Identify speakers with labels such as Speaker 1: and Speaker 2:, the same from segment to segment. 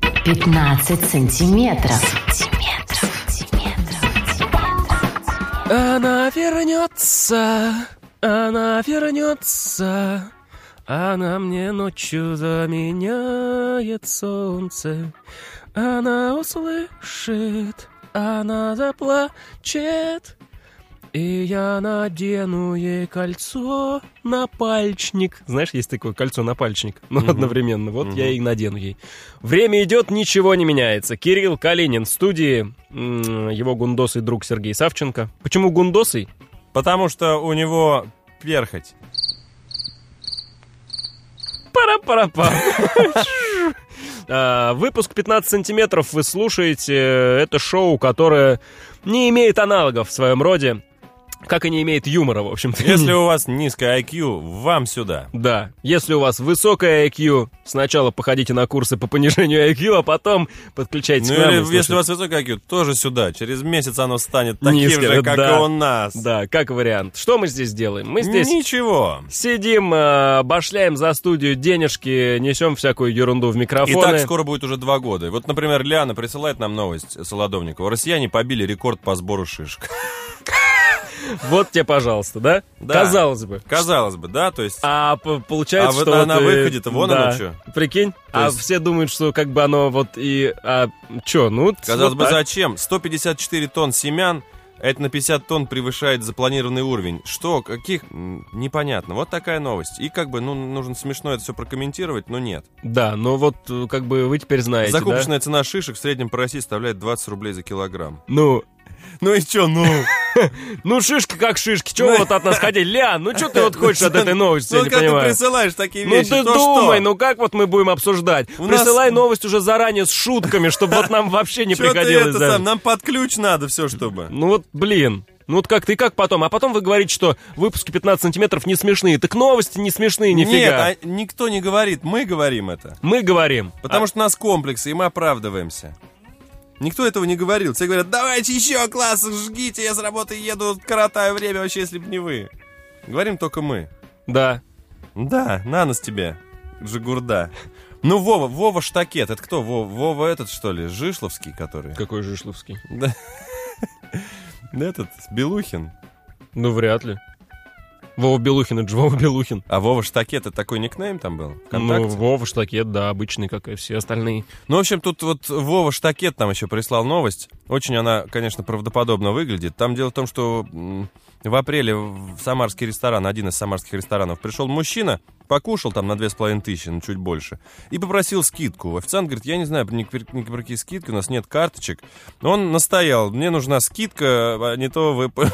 Speaker 1: 15 сантиметров.
Speaker 2: Она вернется, она вернется, она мне ночью заменяет солнце. Она услышит, она заплачет, и я надену ей кольцо на пальчик. Знаешь, есть такое кольцо на пальчик, но одновременно. Вот я и надену ей. Время идет, ничего не меняется. Кирилл Калинин в студии, м, его гундосый друг Сергей Савченко. Почему гундосый?
Speaker 3: Потому что у него перхоть.
Speaker 2: Пара-пара-па. А, Выпуск 15 сантиметров вы слушаете. Э, Это шоу, которое не имеет аналогов в своем роде, как и не имеет юмора, в общем-то.
Speaker 3: Если у вас низкая IQ, вам сюда.
Speaker 2: Да, если у вас высокая IQ, сначала походите на курсы по понижению IQ, а потом подключайтесь
Speaker 3: Ну
Speaker 2: к нам. и
Speaker 3: или
Speaker 2: слушайте.
Speaker 3: если у вас высокая IQ, тоже сюда. Через месяц оно станет таким
Speaker 2: Низкое,
Speaker 3: же, как
Speaker 2: да.
Speaker 3: и у нас.
Speaker 2: Да, как вариант. Что мы здесь делаем? Мы здесь...
Speaker 3: Ничего.
Speaker 2: Сидим, э, башляем за студию денежки, несем всякую ерунду в
Speaker 3: И
Speaker 2: микрофоны.
Speaker 3: так скоро будет уже два года. Вот, например, Лиана присылает нам новость Солодовникова. Россияне побили рекорд по сбору шишек.
Speaker 2: Вот тебе, пожалуйста, да?
Speaker 3: Да.
Speaker 2: Казалось бы.
Speaker 3: Казалось бы, да? То есть...
Speaker 2: А п- получается,
Speaker 3: А вот
Speaker 2: что
Speaker 3: она
Speaker 2: вот, э,
Speaker 3: выходит, вон
Speaker 2: да.
Speaker 3: оно чё.
Speaker 2: Прикинь,
Speaker 3: То
Speaker 2: а
Speaker 3: есть-
Speaker 2: все думают, что как бы оно вот и... А чё, ну... т-
Speaker 3: Казалось
Speaker 2: вот
Speaker 3: бы,
Speaker 2: так.
Speaker 3: зачем? 154 тонн семян, а это на 50 тонн превышает запланированный уровень. Что, каких? М, Непонятно. Вот такая новость. И как бы, ну, нужно смешно это все прокомментировать, но нет.
Speaker 2: Да, ну вот э, как бы вы теперь знаете, да?
Speaker 3: Закупочная цена шишек в среднем по России составляет 20 рублей за килограмм.
Speaker 2: Ну,
Speaker 3: Ну и чё, ну?
Speaker 2: ну шишки как шишки, чего вы вот от нас хотели? Лян, ну что ты вот хочешь от этой новости, я
Speaker 3: Ну
Speaker 2: не
Speaker 3: когда ты
Speaker 2: понимаю.
Speaker 3: присылаешь такие
Speaker 2: Ну
Speaker 3: вещи,
Speaker 2: ты
Speaker 3: то
Speaker 2: думай,
Speaker 3: что?
Speaker 2: ну как вот мы будем обсуждать?
Speaker 3: У нас-
Speaker 2: Присылай новость уже заранее с шутками, чтобы вот нам вообще не
Speaker 3: Чё ты
Speaker 2: приходилось.
Speaker 3: это
Speaker 2: даже.
Speaker 3: сам? Нам под ключ надо все, чтобы.
Speaker 2: Ну вот, блин. Ну вот как ты, как потом? А потом вы говорите, что выпуски 15 сантиметров не смешные. Так новости не смешные, нифига.
Speaker 3: Нет, а никто не говорит, мы говорим это.
Speaker 2: Мы говорим. А,
Speaker 3: Потому что у нас комплексы, и мы оправдываемся. Никто этого не говорил. Все говорят, давайте еще класс, жгите, я с работы еду, коротаю время вообще, если бы не вы. Говорим только мы.
Speaker 2: Да.
Speaker 3: Да, на нас тебе, Жигурда. Ну, Вова, Вова Штакет, это кто? Вова, Вова этот, что ли, Жишловский, который?
Speaker 2: Какой же Ишловский?
Speaker 3: Да. Этот, Белухин.
Speaker 2: Ну вряд ли. Вова Белухин, это же Вова Белухин.
Speaker 3: А Вова Штакет, это такой никнейм там был? в
Speaker 2: Ну,
Speaker 3: Контакте?
Speaker 2: Вова Штакет, да, обычный, как и все остальные.
Speaker 3: Ну, в общем, тут вот Вова Штакет нам еще прислал новость. Очень она, конечно, правдоподобно выглядит. Там дело в том, что м, в апреле в самарский ресторан, один из самарских ресторанов, пришел мужчина, покушал там на две с половиной тысячи, ну, чуть больше, и попросил скидку. Официант говорит, я не знаю ни, пер- ни про какие скидки, у нас нет карточек. Но он настоял, мне нужна скидка, а не то вы по-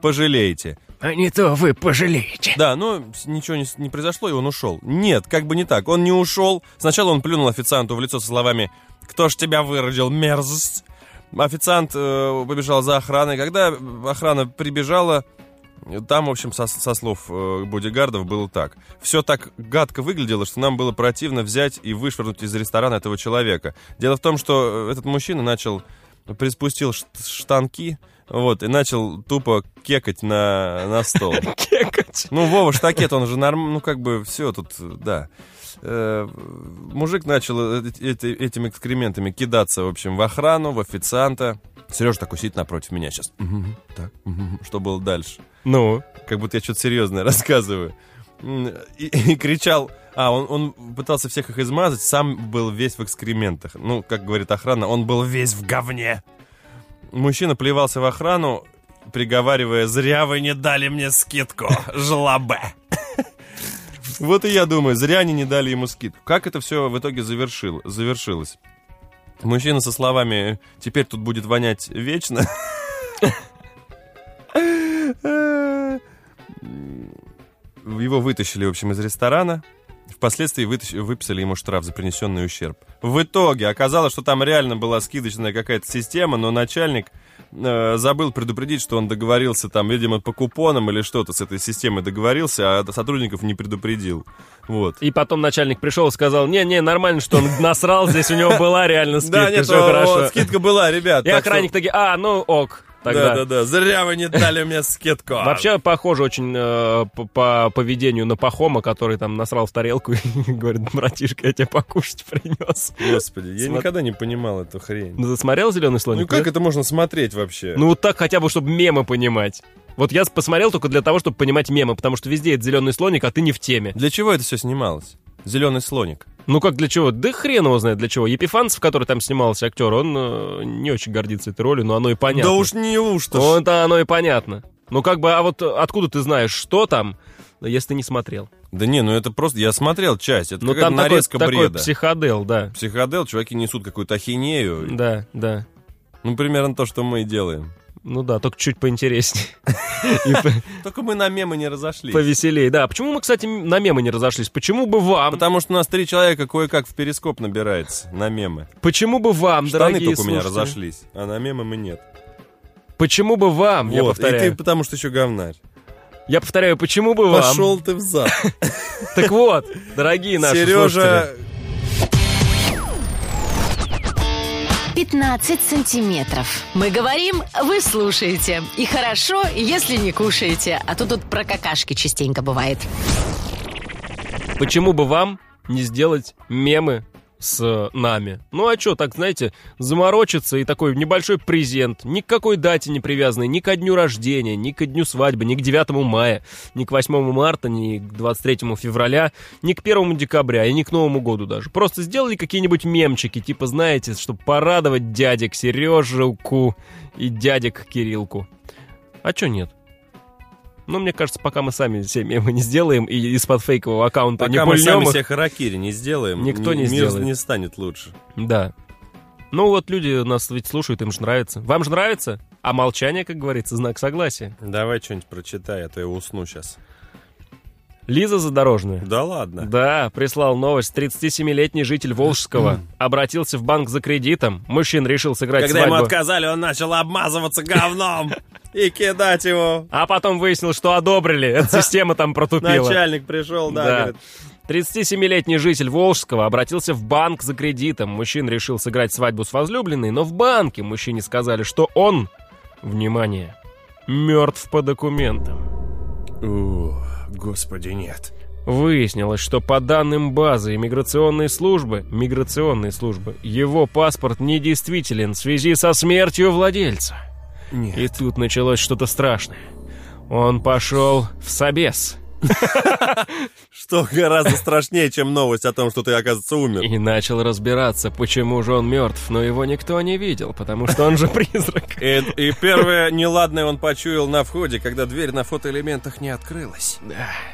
Speaker 3: пожалеете.
Speaker 2: А не то вы пожалеете.
Speaker 3: Да, но с- ничего не, с- не произошло, и он ушел. Нет, как бы не так. Он не ушел. Сначала он плюнул официанту в лицо со словами «Кто ж тебя выродил, мерзость?» Официант э, побежал за охраной. Когда охрана прибежала, там, в общем, со, со слов э, бодигардов было так. Все так гадко выглядело, что нам было противно взять и вышвырнуть из ресторана этого человека. Дело в том, что э, этот мужчина начал, приспустил шт- штанки, вот, и начал тупо кекать на, на стол.
Speaker 2: Кекать.
Speaker 3: Ну, Вова Штакет, он же норм... Ну, как бы все тут, э, да. Э, мужик начал э, эти- этими экскрементами кидаться, в общем, в охрану, в официанта. Сережа такой сидит напротив меня сейчас. Мгм, Так, мгм. что было дальше?
Speaker 2: Ну,
Speaker 3: Как будто я что-то серьезное рассказываю. М, И, и кричал... А, он, он пытался всех их измазать, сам был весь в экскрементах. Ну, как говорит охрана, он был весь в говне. Мужчина плевался в охрану, приговаривая, зря вы не дали мне скидку, жлобы. Вот и я думаю, зря они не дали ему скидку. Как это все в итоге завершил, завершилось? Мужчина со словами «Теперь тут будет вонять вечно». Его вытащили, в общем, из ресторана. Впоследствии вытащ- выписали ему штраф за принесенный ущерб. В итоге оказалось, что там реально была скидочная какая-то система, но начальник э, забыл предупредить, что он договорился там, видимо, по купонам или что-то с этой системой договорился, а сотрудников не предупредил. Вот.
Speaker 2: и потом начальник пришел и сказал, не-не, нормально, что он насрал, здесь у него была реально скидка,
Speaker 3: да, нет,
Speaker 2: все
Speaker 3: о,
Speaker 2: хорошо.
Speaker 3: скидка была, ребят.
Speaker 2: И
Speaker 3: так что-
Speaker 2: охранник такие, а, ну ок. тогда.
Speaker 3: Да-да-да, зря вы не дали мне скидку.
Speaker 2: Вообще похоже очень э, по- по поведению на Пахома, который там насрал в тарелку и говорит, братишка, я тебе покушать принес.
Speaker 3: Господи, я
Speaker 2: Смотри.
Speaker 3: никогда не понимал эту хрень.
Speaker 2: Ну, засмотрел «Зеленый слоник»?
Speaker 3: Ну как
Speaker 2: нет?
Speaker 3: это можно смотреть вообще?
Speaker 2: Ну вот так хотя бы, чтобы мемы понимать. Вот я посмотрел только для того, чтобы понимать мемы, потому что везде это «Зеленый слоник», а ты не в теме.
Speaker 3: Для чего это все снималось? Зеленый слоник.
Speaker 2: Ну как для чего? Да хрен его знает для чего. Епифанцев, который там снимался, актер, он э, не очень гордится этой ролью, но оно и понятно.
Speaker 3: Да уж не уж то.
Speaker 2: Он-то оно и понятно. Ну как бы, а вот откуда ты знаешь, что там, если ты не смотрел?
Speaker 3: Да не, ну это просто, я смотрел часть, это
Speaker 2: Ну
Speaker 3: какая-то
Speaker 2: там такой,
Speaker 3: нарезка
Speaker 2: такой
Speaker 3: бреда.
Speaker 2: психодел, да.
Speaker 3: Психодел, чуваки несут какую-то ахинею.
Speaker 2: Да, да.
Speaker 3: Ну, примерно то, что мы и делаем.
Speaker 2: Ну да, только чуть поинтереснее. И по-
Speaker 3: Только мы на мемы не разошлись.
Speaker 2: повеселее. Да, почему мы, кстати, м- на мемы не разошлись? Почему бы вам,
Speaker 3: Потому что у нас три человека кое-как в перископ набирается на мемы.
Speaker 2: почему бы вам,
Speaker 3: Штаны
Speaker 2: дорогие
Speaker 3: только у меня
Speaker 2: слушатели,
Speaker 3: разошлись, а на мемы мы нет.
Speaker 2: почему бы вам, я
Speaker 3: Вот, И ты
Speaker 2: повторяю,
Speaker 3: потому что еще говнарь.
Speaker 2: я повторяю, почему бы вам,
Speaker 3: Пошел ты в зад.
Speaker 2: так вот, дорогие наши слушатели,
Speaker 3: Сережа,
Speaker 1: 15 сантиметров. Мы говорим, вы слушаете. И хорошо, если не кушаете, а то тут про какашки частенько бывает.
Speaker 2: почему бы вам не сделать мемы с э, нами. Ну а что, так, знаете, заморочиться и такой небольшой презент, ни к какой дате не привязанный, ни ко дню рождения, ни ко дню свадьбы, ни к 9 мая, ни к 8 марта, ни к 23 февраля, ни к 1 декабря и ни к Новому году даже. Просто сделали какие-нибудь мемчики, типа, знаете, чтобы порадовать дядек Сережуку и дядек Кириллку. А чё нет? Ну, мне кажется, пока мы сами все мемы не сделаем и из-под фейкового аккаунта не
Speaker 3: пока мы
Speaker 2: пульнём
Speaker 3: сами
Speaker 2: их-
Speaker 3: себе харакири не сделаем,
Speaker 2: Никто не
Speaker 3: м- мир
Speaker 2: сделает.
Speaker 3: не станет лучше.
Speaker 2: Да. Ну вот люди нас ведь слушают, им же нравится. Вам же нравится? А молчание, как говорится, знак согласия.
Speaker 3: Давай что-нибудь прочитай, а то я усну сейчас.
Speaker 2: Лиза Задорожная.
Speaker 3: Да ладно.
Speaker 2: Да, прислал новость. 37-летний житель Волжского обратился в банк за кредитом. Мужчина решил сыграть
Speaker 3: Когда ему
Speaker 2: свадьбу.
Speaker 3: отказали, он начал обмазываться говном и кидать его.
Speaker 2: А потом выяснил, что одобрили. Эта система там протупила.
Speaker 3: Начальник пришел,
Speaker 2: Да.
Speaker 3: да, говорит,
Speaker 2: 37-летний житель Волжского обратился в банк за кредитом. Мужчина решил сыграть свадьбу с возлюбленной, но в банке мужчине сказали, что он, внимание, мертв по документам.
Speaker 3: «О, господи, нет.
Speaker 2: Выяснилось, что по данным базы иммиграционной службы, миграционной службы, его паспорт недействителен в связи со смертью владельца.
Speaker 3: Нет.
Speaker 2: И тут началось что-то страшное. Он пошел в собес.
Speaker 3: Что гораздо страшнее, чем новость о том, что ты, оказывается, умер.
Speaker 2: И начал разбираться, почему же он мертв, но его никто не видел, потому что он же призрак.
Speaker 3: И, и первое неладное он почуял на входе, когда дверь на фотоэлементах не открылась.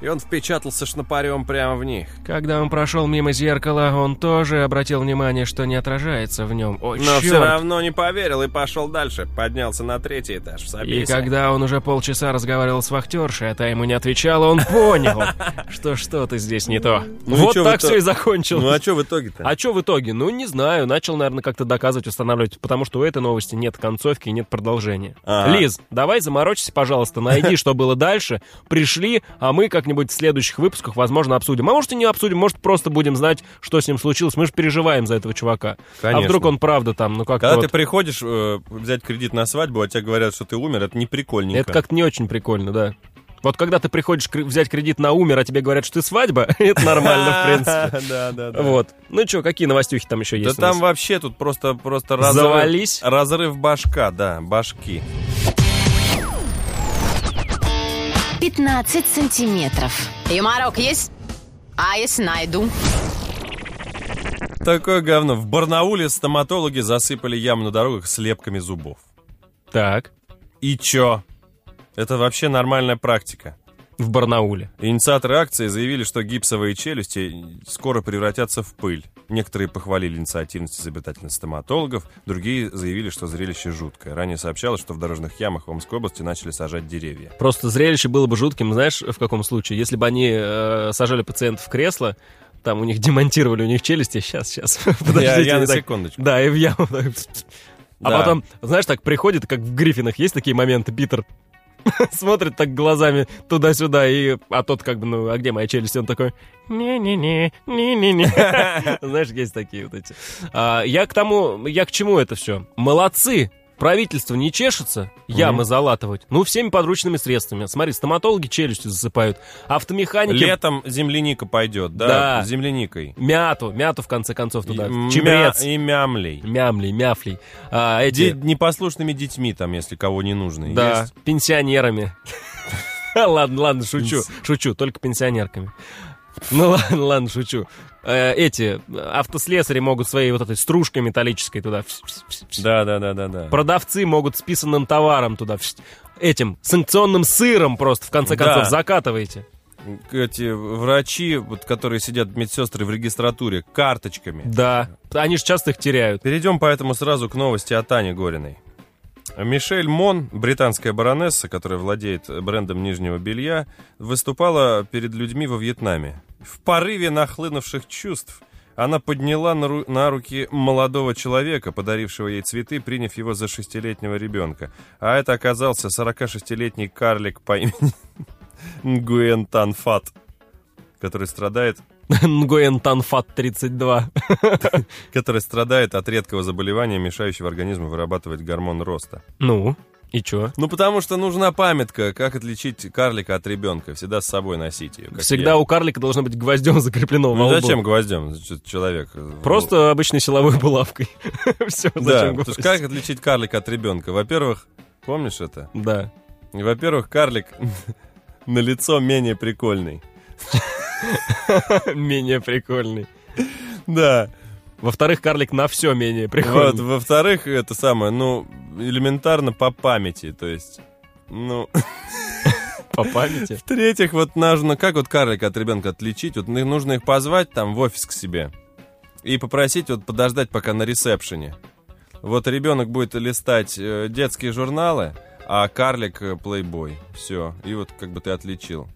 Speaker 3: И он впечатался шнапарем прямо в них.
Speaker 2: Когда он прошел мимо зеркала, он тоже обратил внимание, что не отражается в нем. О,
Speaker 3: Но
Speaker 2: черт!
Speaker 3: все равно не поверил и пошел дальше. Поднялся на третий этаж в
Speaker 2: И
Speaker 3: Собесе.
Speaker 2: когда он уже полчаса разговаривал с вахтершей, а та ему не отвечала, он понял, что что-то здесь не то.
Speaker 3: Ну и
Speaker 2: вот
Speaker 3: чё в
Speaker 2: так
Speaker 3: итоге?
Speaker 2: все и
Speaker 3: Ну а
Speaker 2: закончилось.
Speaker 3: что в итоге-то?
Speaker 2: А что в итоге? Ну, не знаю. Начал, наверное, как-то доказывать, устанавливать, потому что у этой новости нет концовки и нет продолжения.
Speaker 3: Ага.
Speaker 2: Лиз, давай заморочься, пожалуйста, найди, что было дальше, пришли, а мы как-нибудь в следующих выпусках, возможно, обсудим. А может и не обсудим, может просто будем знать, что с ним случилось. Мы же переживаем за этого чувака. А
Speaker 3: Конечно.
Speaker 2: вдруг он правда там, ну как-то
Speaker 3: Когда
Speaker 2: вот-
Speaker 3: ты приходишь э, взять кредит на свадьбу, а тебе говорят, что ты умер, это не прикольненько.
Speaker 2: Это как-то не очень прикольно, да. Вот когда ты приходишь кр- взять кредит на умер, а тебе говорят, что ты свадьба, это нормально, в принципе.
Speaker 3: Да, да, да.
Speaker 2: Вот. Ну что, какие новостюхи там еще
Speaker 3: Да
Speaker 2: есть? у нас?
Speaker 3: там вообще тут просто, просто разрыв,
Speaker 2: Завались?
Speaker 3: разрыв башка, да, башки.
Speaker 1: 15 сантиметров.
Speaker 4: Юморок есть? А если найду?
Speaker 3: Такое говно. В Барнауле стоматологи засыпали яму на дорогах слепками зубов.
Speaker 2: Так,
Speaker 3: И чё? Это вообще нормальная практика.
Speaker 2: в Барнауле.
Speaker 3: Инициаторы акции заявили, что гипсовые челюсти скоро превратятся в пыль. Некоторые похвалили инициативность изобретательных стоматологов, другие заявили, что зрелище жуткое. Ранее сообщалось, что в дорожных ямах в Омской области начали сажать деревья.
Speaker 2: Просто зрелище было бы жутким, знаешь, в каком случае? Если бы они э, сажали пациентов в кресло, там у них демонтировали, у них челюсти. Сейчас, сейчас, подождите.
Speaker 3: я
Speaker 2: не
Speaker 3: на
Speaker 2: так.
Speaker 3: секундочку.
Speaker 2: Да, и в яму. так. А
Speaker 3: Да.
Speaker 2: потом, знаешь, так приходит, как в Гриффинах, есть такие моменты, Питер смотрит так глазами туда-сюда, и, а тот как бы, ну, а где моя челюсть? И он такой, не-не-не, не-не-не. Знаешь, есть такие вот эти. А, я к тому, я к чему это все? Молодцы! Правительство не чешется ямы залатывать? Ну, всеми подручными средствами. Смотри, стоматологи челюстью засыпают, автомеханики...
Speaker 3: Летом земляника пойдет, да?
Speaker 2: Да.
Speaker 3: С земляникой.
Speaker 2: Мяту, мяту в конце концов туда.
Speaker 3: И мя-
Speaker 2: Чебрец.
Speaker 3: И мямлей.
Speaker 2: Мямли, мяфли. А,
Speaker 3: Де-
Speaker 2: эти,
Speaker 3: непослушными детьми там, если кого не нужно.
Speaker 2: да,
Speaker 3: есть.
Speaker 2: пенсионерами. Ладно, ладно, шучу, шучу, только пенсионерками. Ну ладно, ладно, шучу. Э, Эти автослесари могут своей вот этой стружкой металлической туда. вс- вс- вс- вс.
Speaker 3: Да, да, да, да, да.
Speaker 2: Продавцы могут с писанным товаром туда. вс- Этим санкционным сыром просто в конце
Speaker 3: Да.
Speaker 2: концов закатываете.
Speaker 3: Эти врачи, вот, которые сидят медсестры в регистратуре, карточками.
Speaker 2: Да. Они же часто их теряют.
Speaker 3: Перейдем поэтому сразу к новости о Тане Гориной. Мишель Мон, британская баронесса, которая владеет брендом нижнего белья, выступала перед людьми во Вьетнаме. В порыве нахлынувших чувств она подняла на, ру- на руки молодого человека, подарившего ей цветы, приняв его за шестилетнего ребенка. А это оказался 46-летний карлик по имени Гуэн Танфат, который страдает
Speaker 2: Нгуэн Танфат 32.
Speaker 3: который страдает от редкого заболевания, мешающего организму вырабатывать гормон роста.
Speaker 2: Ну, и чё?
Speaker 3: Ну, потому что нужна памятка, как отличить карлика от ребенка. Всегда с собой носить ее. как
Speaker 2: Всегда
Speaker 3: я.
Speaker 2: у карлика должно быть гвоздем закреплено во
Speaker 3: Ну,
Speaker 2: лбу.
Speaker 3: зачем гвоздем Значит, человек? Ну,
Speaker 2: Просто обычной силовой булавкой. Все,
Speaker 3: Да,
Speaker 2: зачем
Speaker 3: потому
Speaker 2: гвоздь?
Speaker 3: что как отличить карлика от ребенка? Во-первых, помнишь это?
Speaker 2: Да.
Speaker 3: Во-первых, карлик на лицо менее прикольный.
Speaker 2: Менее прикольный.
Speaker 3: Да.
Speaker 2: Во-вторых, карлик на все менее
Speaker 3: Вот,
Speaker 2: прикольный.
Speaker 3: во-вторых, это самое, ну, элементарно по памяти, то есть, ну...
Speaker 2: По памяти.
Speaker 3: В-третьих, вот нужно, как вот карлика от ребенка отличить, вот ну, нужно их позвать там в офис к себе и попросить вот подождать пока на ресепшене. Вот ребенок будет листать э, детские журналы, а карлик э, плейбой. Все. И вот как бы ты отличил.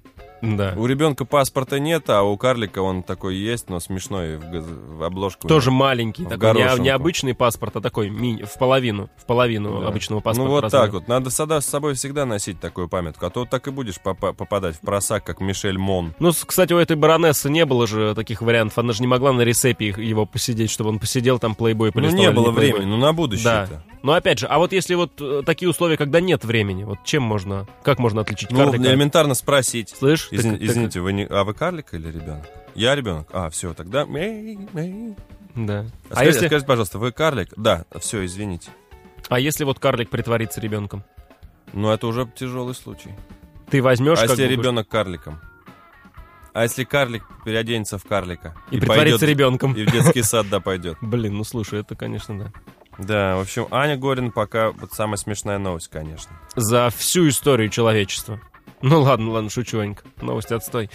Speaker 2: Да.
Speaker 3: У ребенка паспорта нет, а у карлика он такой есть, но смешной в, газ- в обложку.
Speaker 2: Тоже маленький,
Speaker 3: В
Speaker 2: такой не-
Speaker 3: горошинку.
Speaker 2: необычный паспорт, а такой мини, в половину, в половину
Speaker 3: Да.
Speaker 2: обычного паспорта.
Speaker 3: Ну вот
Speaker 2: размера.
Speaker 3: так вот. Надо всегда с собой всегда носить такую памятку, а то так и будешь попа- попадать в просак, как Мишель Мон.
Speaker 2: Ну, с- кстати, у этой баронессы не было же таких вариантов. Она же не могла на ресепе их- его посидеть, чтобы он посидел там плейбой.
Speaker 3: Ну
Speaker 2: полистал
Speaker 3: не
Speaker 2: или
Speaker 3: было
Speaker 2: Playboy.
Speaker 3: времени, ну на будущее-то.
Speaker 2: Да. Но опять же, а вот если вот э, такие условия, когда нет времени, вот чем можно, как можно отличить
Speaker 3: Ну,
Speaker 2: карлика?
Speaker 3: элементарно спросить.
Speaker 2: Слышь,
Speaker 3: Изни-
Speaker 2: так- так-
Speaker 3: извините, вы не... а вы карлик или ребенок? Я ребенок. А, все, тогда... мей, мей.
Speaker 2: да.
Speaker 3: А
Speaker 2: А,
Speaker 3: скажите,
Speaker 2: если,
Speaker 3: скажите, пожалуйста, вы карлик? Да, все, извините.
Speaker 2: а если вот карлик притворится ребенком?
Speaker 3: Ну, это уже тяжелый случай.
Speaker 2: Ты возьмешь
Speaker 3: а
Speaker 2: как
Speaker 3: если
Speaker 2: бы,
Speaker 3: ребенок карликом? А если карлик переоденется в карлика?
Speaker 2: и, притворится
Speaker 3: пойдет-
Speaker 2: ребенком?
Speaker 3: И в детский сад, да, пойдет.
Speaker 2: Блин, ну слушай, это, конечно, да.
Speaker 3: Да, в общем, Аня Горин пока вот самая смешная новость, конечно.
Speaker 2: За всю историю человечества. Ну ладно, ладно, шучу, Анька. Новости отстой.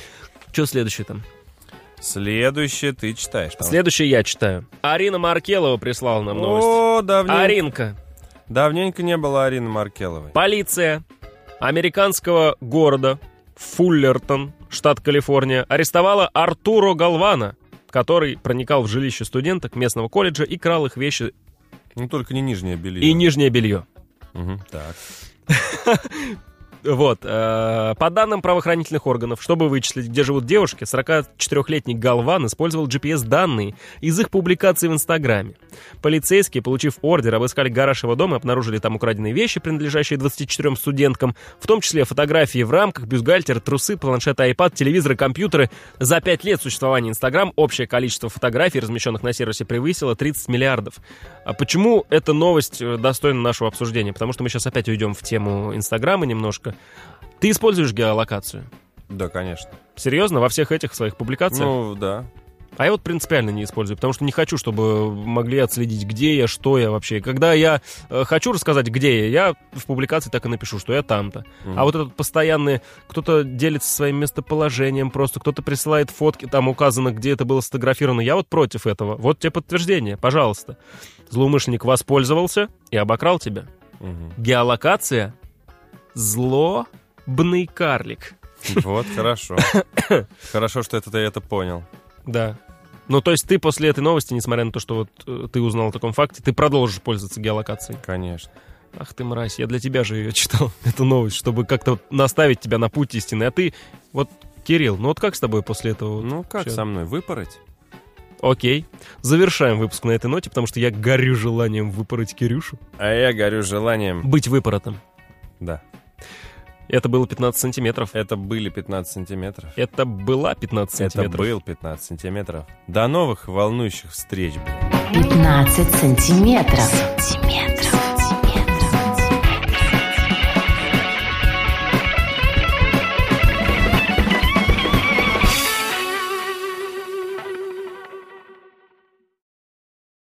Speaker 2: Что следующее там?
Speaker 3: Следующее ты читаешь. потому
Speaker 2: Следующее я читаю. Арина Маркелова прислала нам
Speaker 3: что-
Speaker 2: новость.
Speaker 3: О, давненько.
Speaker 2: Аринка,
Speaker 3: Давненько не было Арины Маркеловой.
Speaker 2: Полиция американского города Фуллертон, штат Калифорния, арестовала Артуро Галвана, который проникал в жилище студенток местного колледжа и крал их вещи
Speaker 3: Ну, только не нижнее белье.
Speaker 2: и нижнее белье.
Speaker 3: Мгм, Так.
Speaker 2: Вот. э, По данным правоохранительных органов, чтобы вычислить, где живут девушки, 44-летний Галван использовал GPS-данные из их публикаций в Инстаграме. Полицейские, получив ордер, обыскали гараж его дома и обнаружили там украденные вещи, принадлежащие 24 студенткам, в том числе фотографии в рамках, бюстгальтер, трусы, планшеты, iPad, телевизоры, компьютеры. За 5 лет существования Инстаграм общее количество фотографий, размещенных на сервисе, превысило 30 миллиардов. А почему эта новость э, достойна нашего обсуждения? Потому что мы сейчас опять уйдем в тему Инстаграма немножко. Ты используешь геолокацию?
Speaker 3: Да, конечно.
Speaker 2: Серьезно, во всех этих своих публикациях?
Speaker 3: Ну, да.
Speaker 2: А я вот принципиально не использую, потому что не хочу, чтобы могли отследить, где я, что я вообще. Когда я э, хочу рассказать, где я, я в публикации так и напишу, что я там-то.
Speaker 3: Мгм.
Speaker 2: А вот этот постоянный, кто-то делится своим местоположением просто, кто-то присылает фотки, там указано, где это было сфотографировано. Я вот против этого. Вот тебе подтверждение, пожалуйста. Злоумышленник воспользовался и обокрал тебя.
Speaker 3: Мгм.
Speaker 2: Геолокация — злобный карлик.
Speaker 3: Вот, хорошо. Хорошо, что это ты это понял.
Speaker 2: Да. Ну, то есть ты после этой новости, несмотря на то, что вот э, ты узнал о таком факте, ты продолжишь пользоваться геолокацией.
Speaker 3: Конечно.
Speaker 2: Ах ты мразь, я для тебя же ее читал, эту новость, чтобы как-то наставить тебя на путь истины. А ты, вот, Кирилл, ну вот как с тобой после этого? вот
Speaker 3: Ну, как
Speaker 2: всё?
Speaker 3: со мной, выпороть?
Speaker 2: Окей. Завершаем выпуск на этой ноте, потому что я горю желанием выпороть Кирюшу.
Speaker 3: А я горю желанием.
Speaker 2: Быть выпоротом.
Speaker 3: Да.
Speaker 2: Это было 15 сантиметров.
Speaker 3: Это были 15 сантиметров.
Speaker 2: Это была 15
Speaker 3: Это
Speaker 2: сантиметров.
Speaker 3: был 15 сантиметров. До новых волнующих встреч, блин.
Speaker 1: 15 сантиметров. Сантиметров.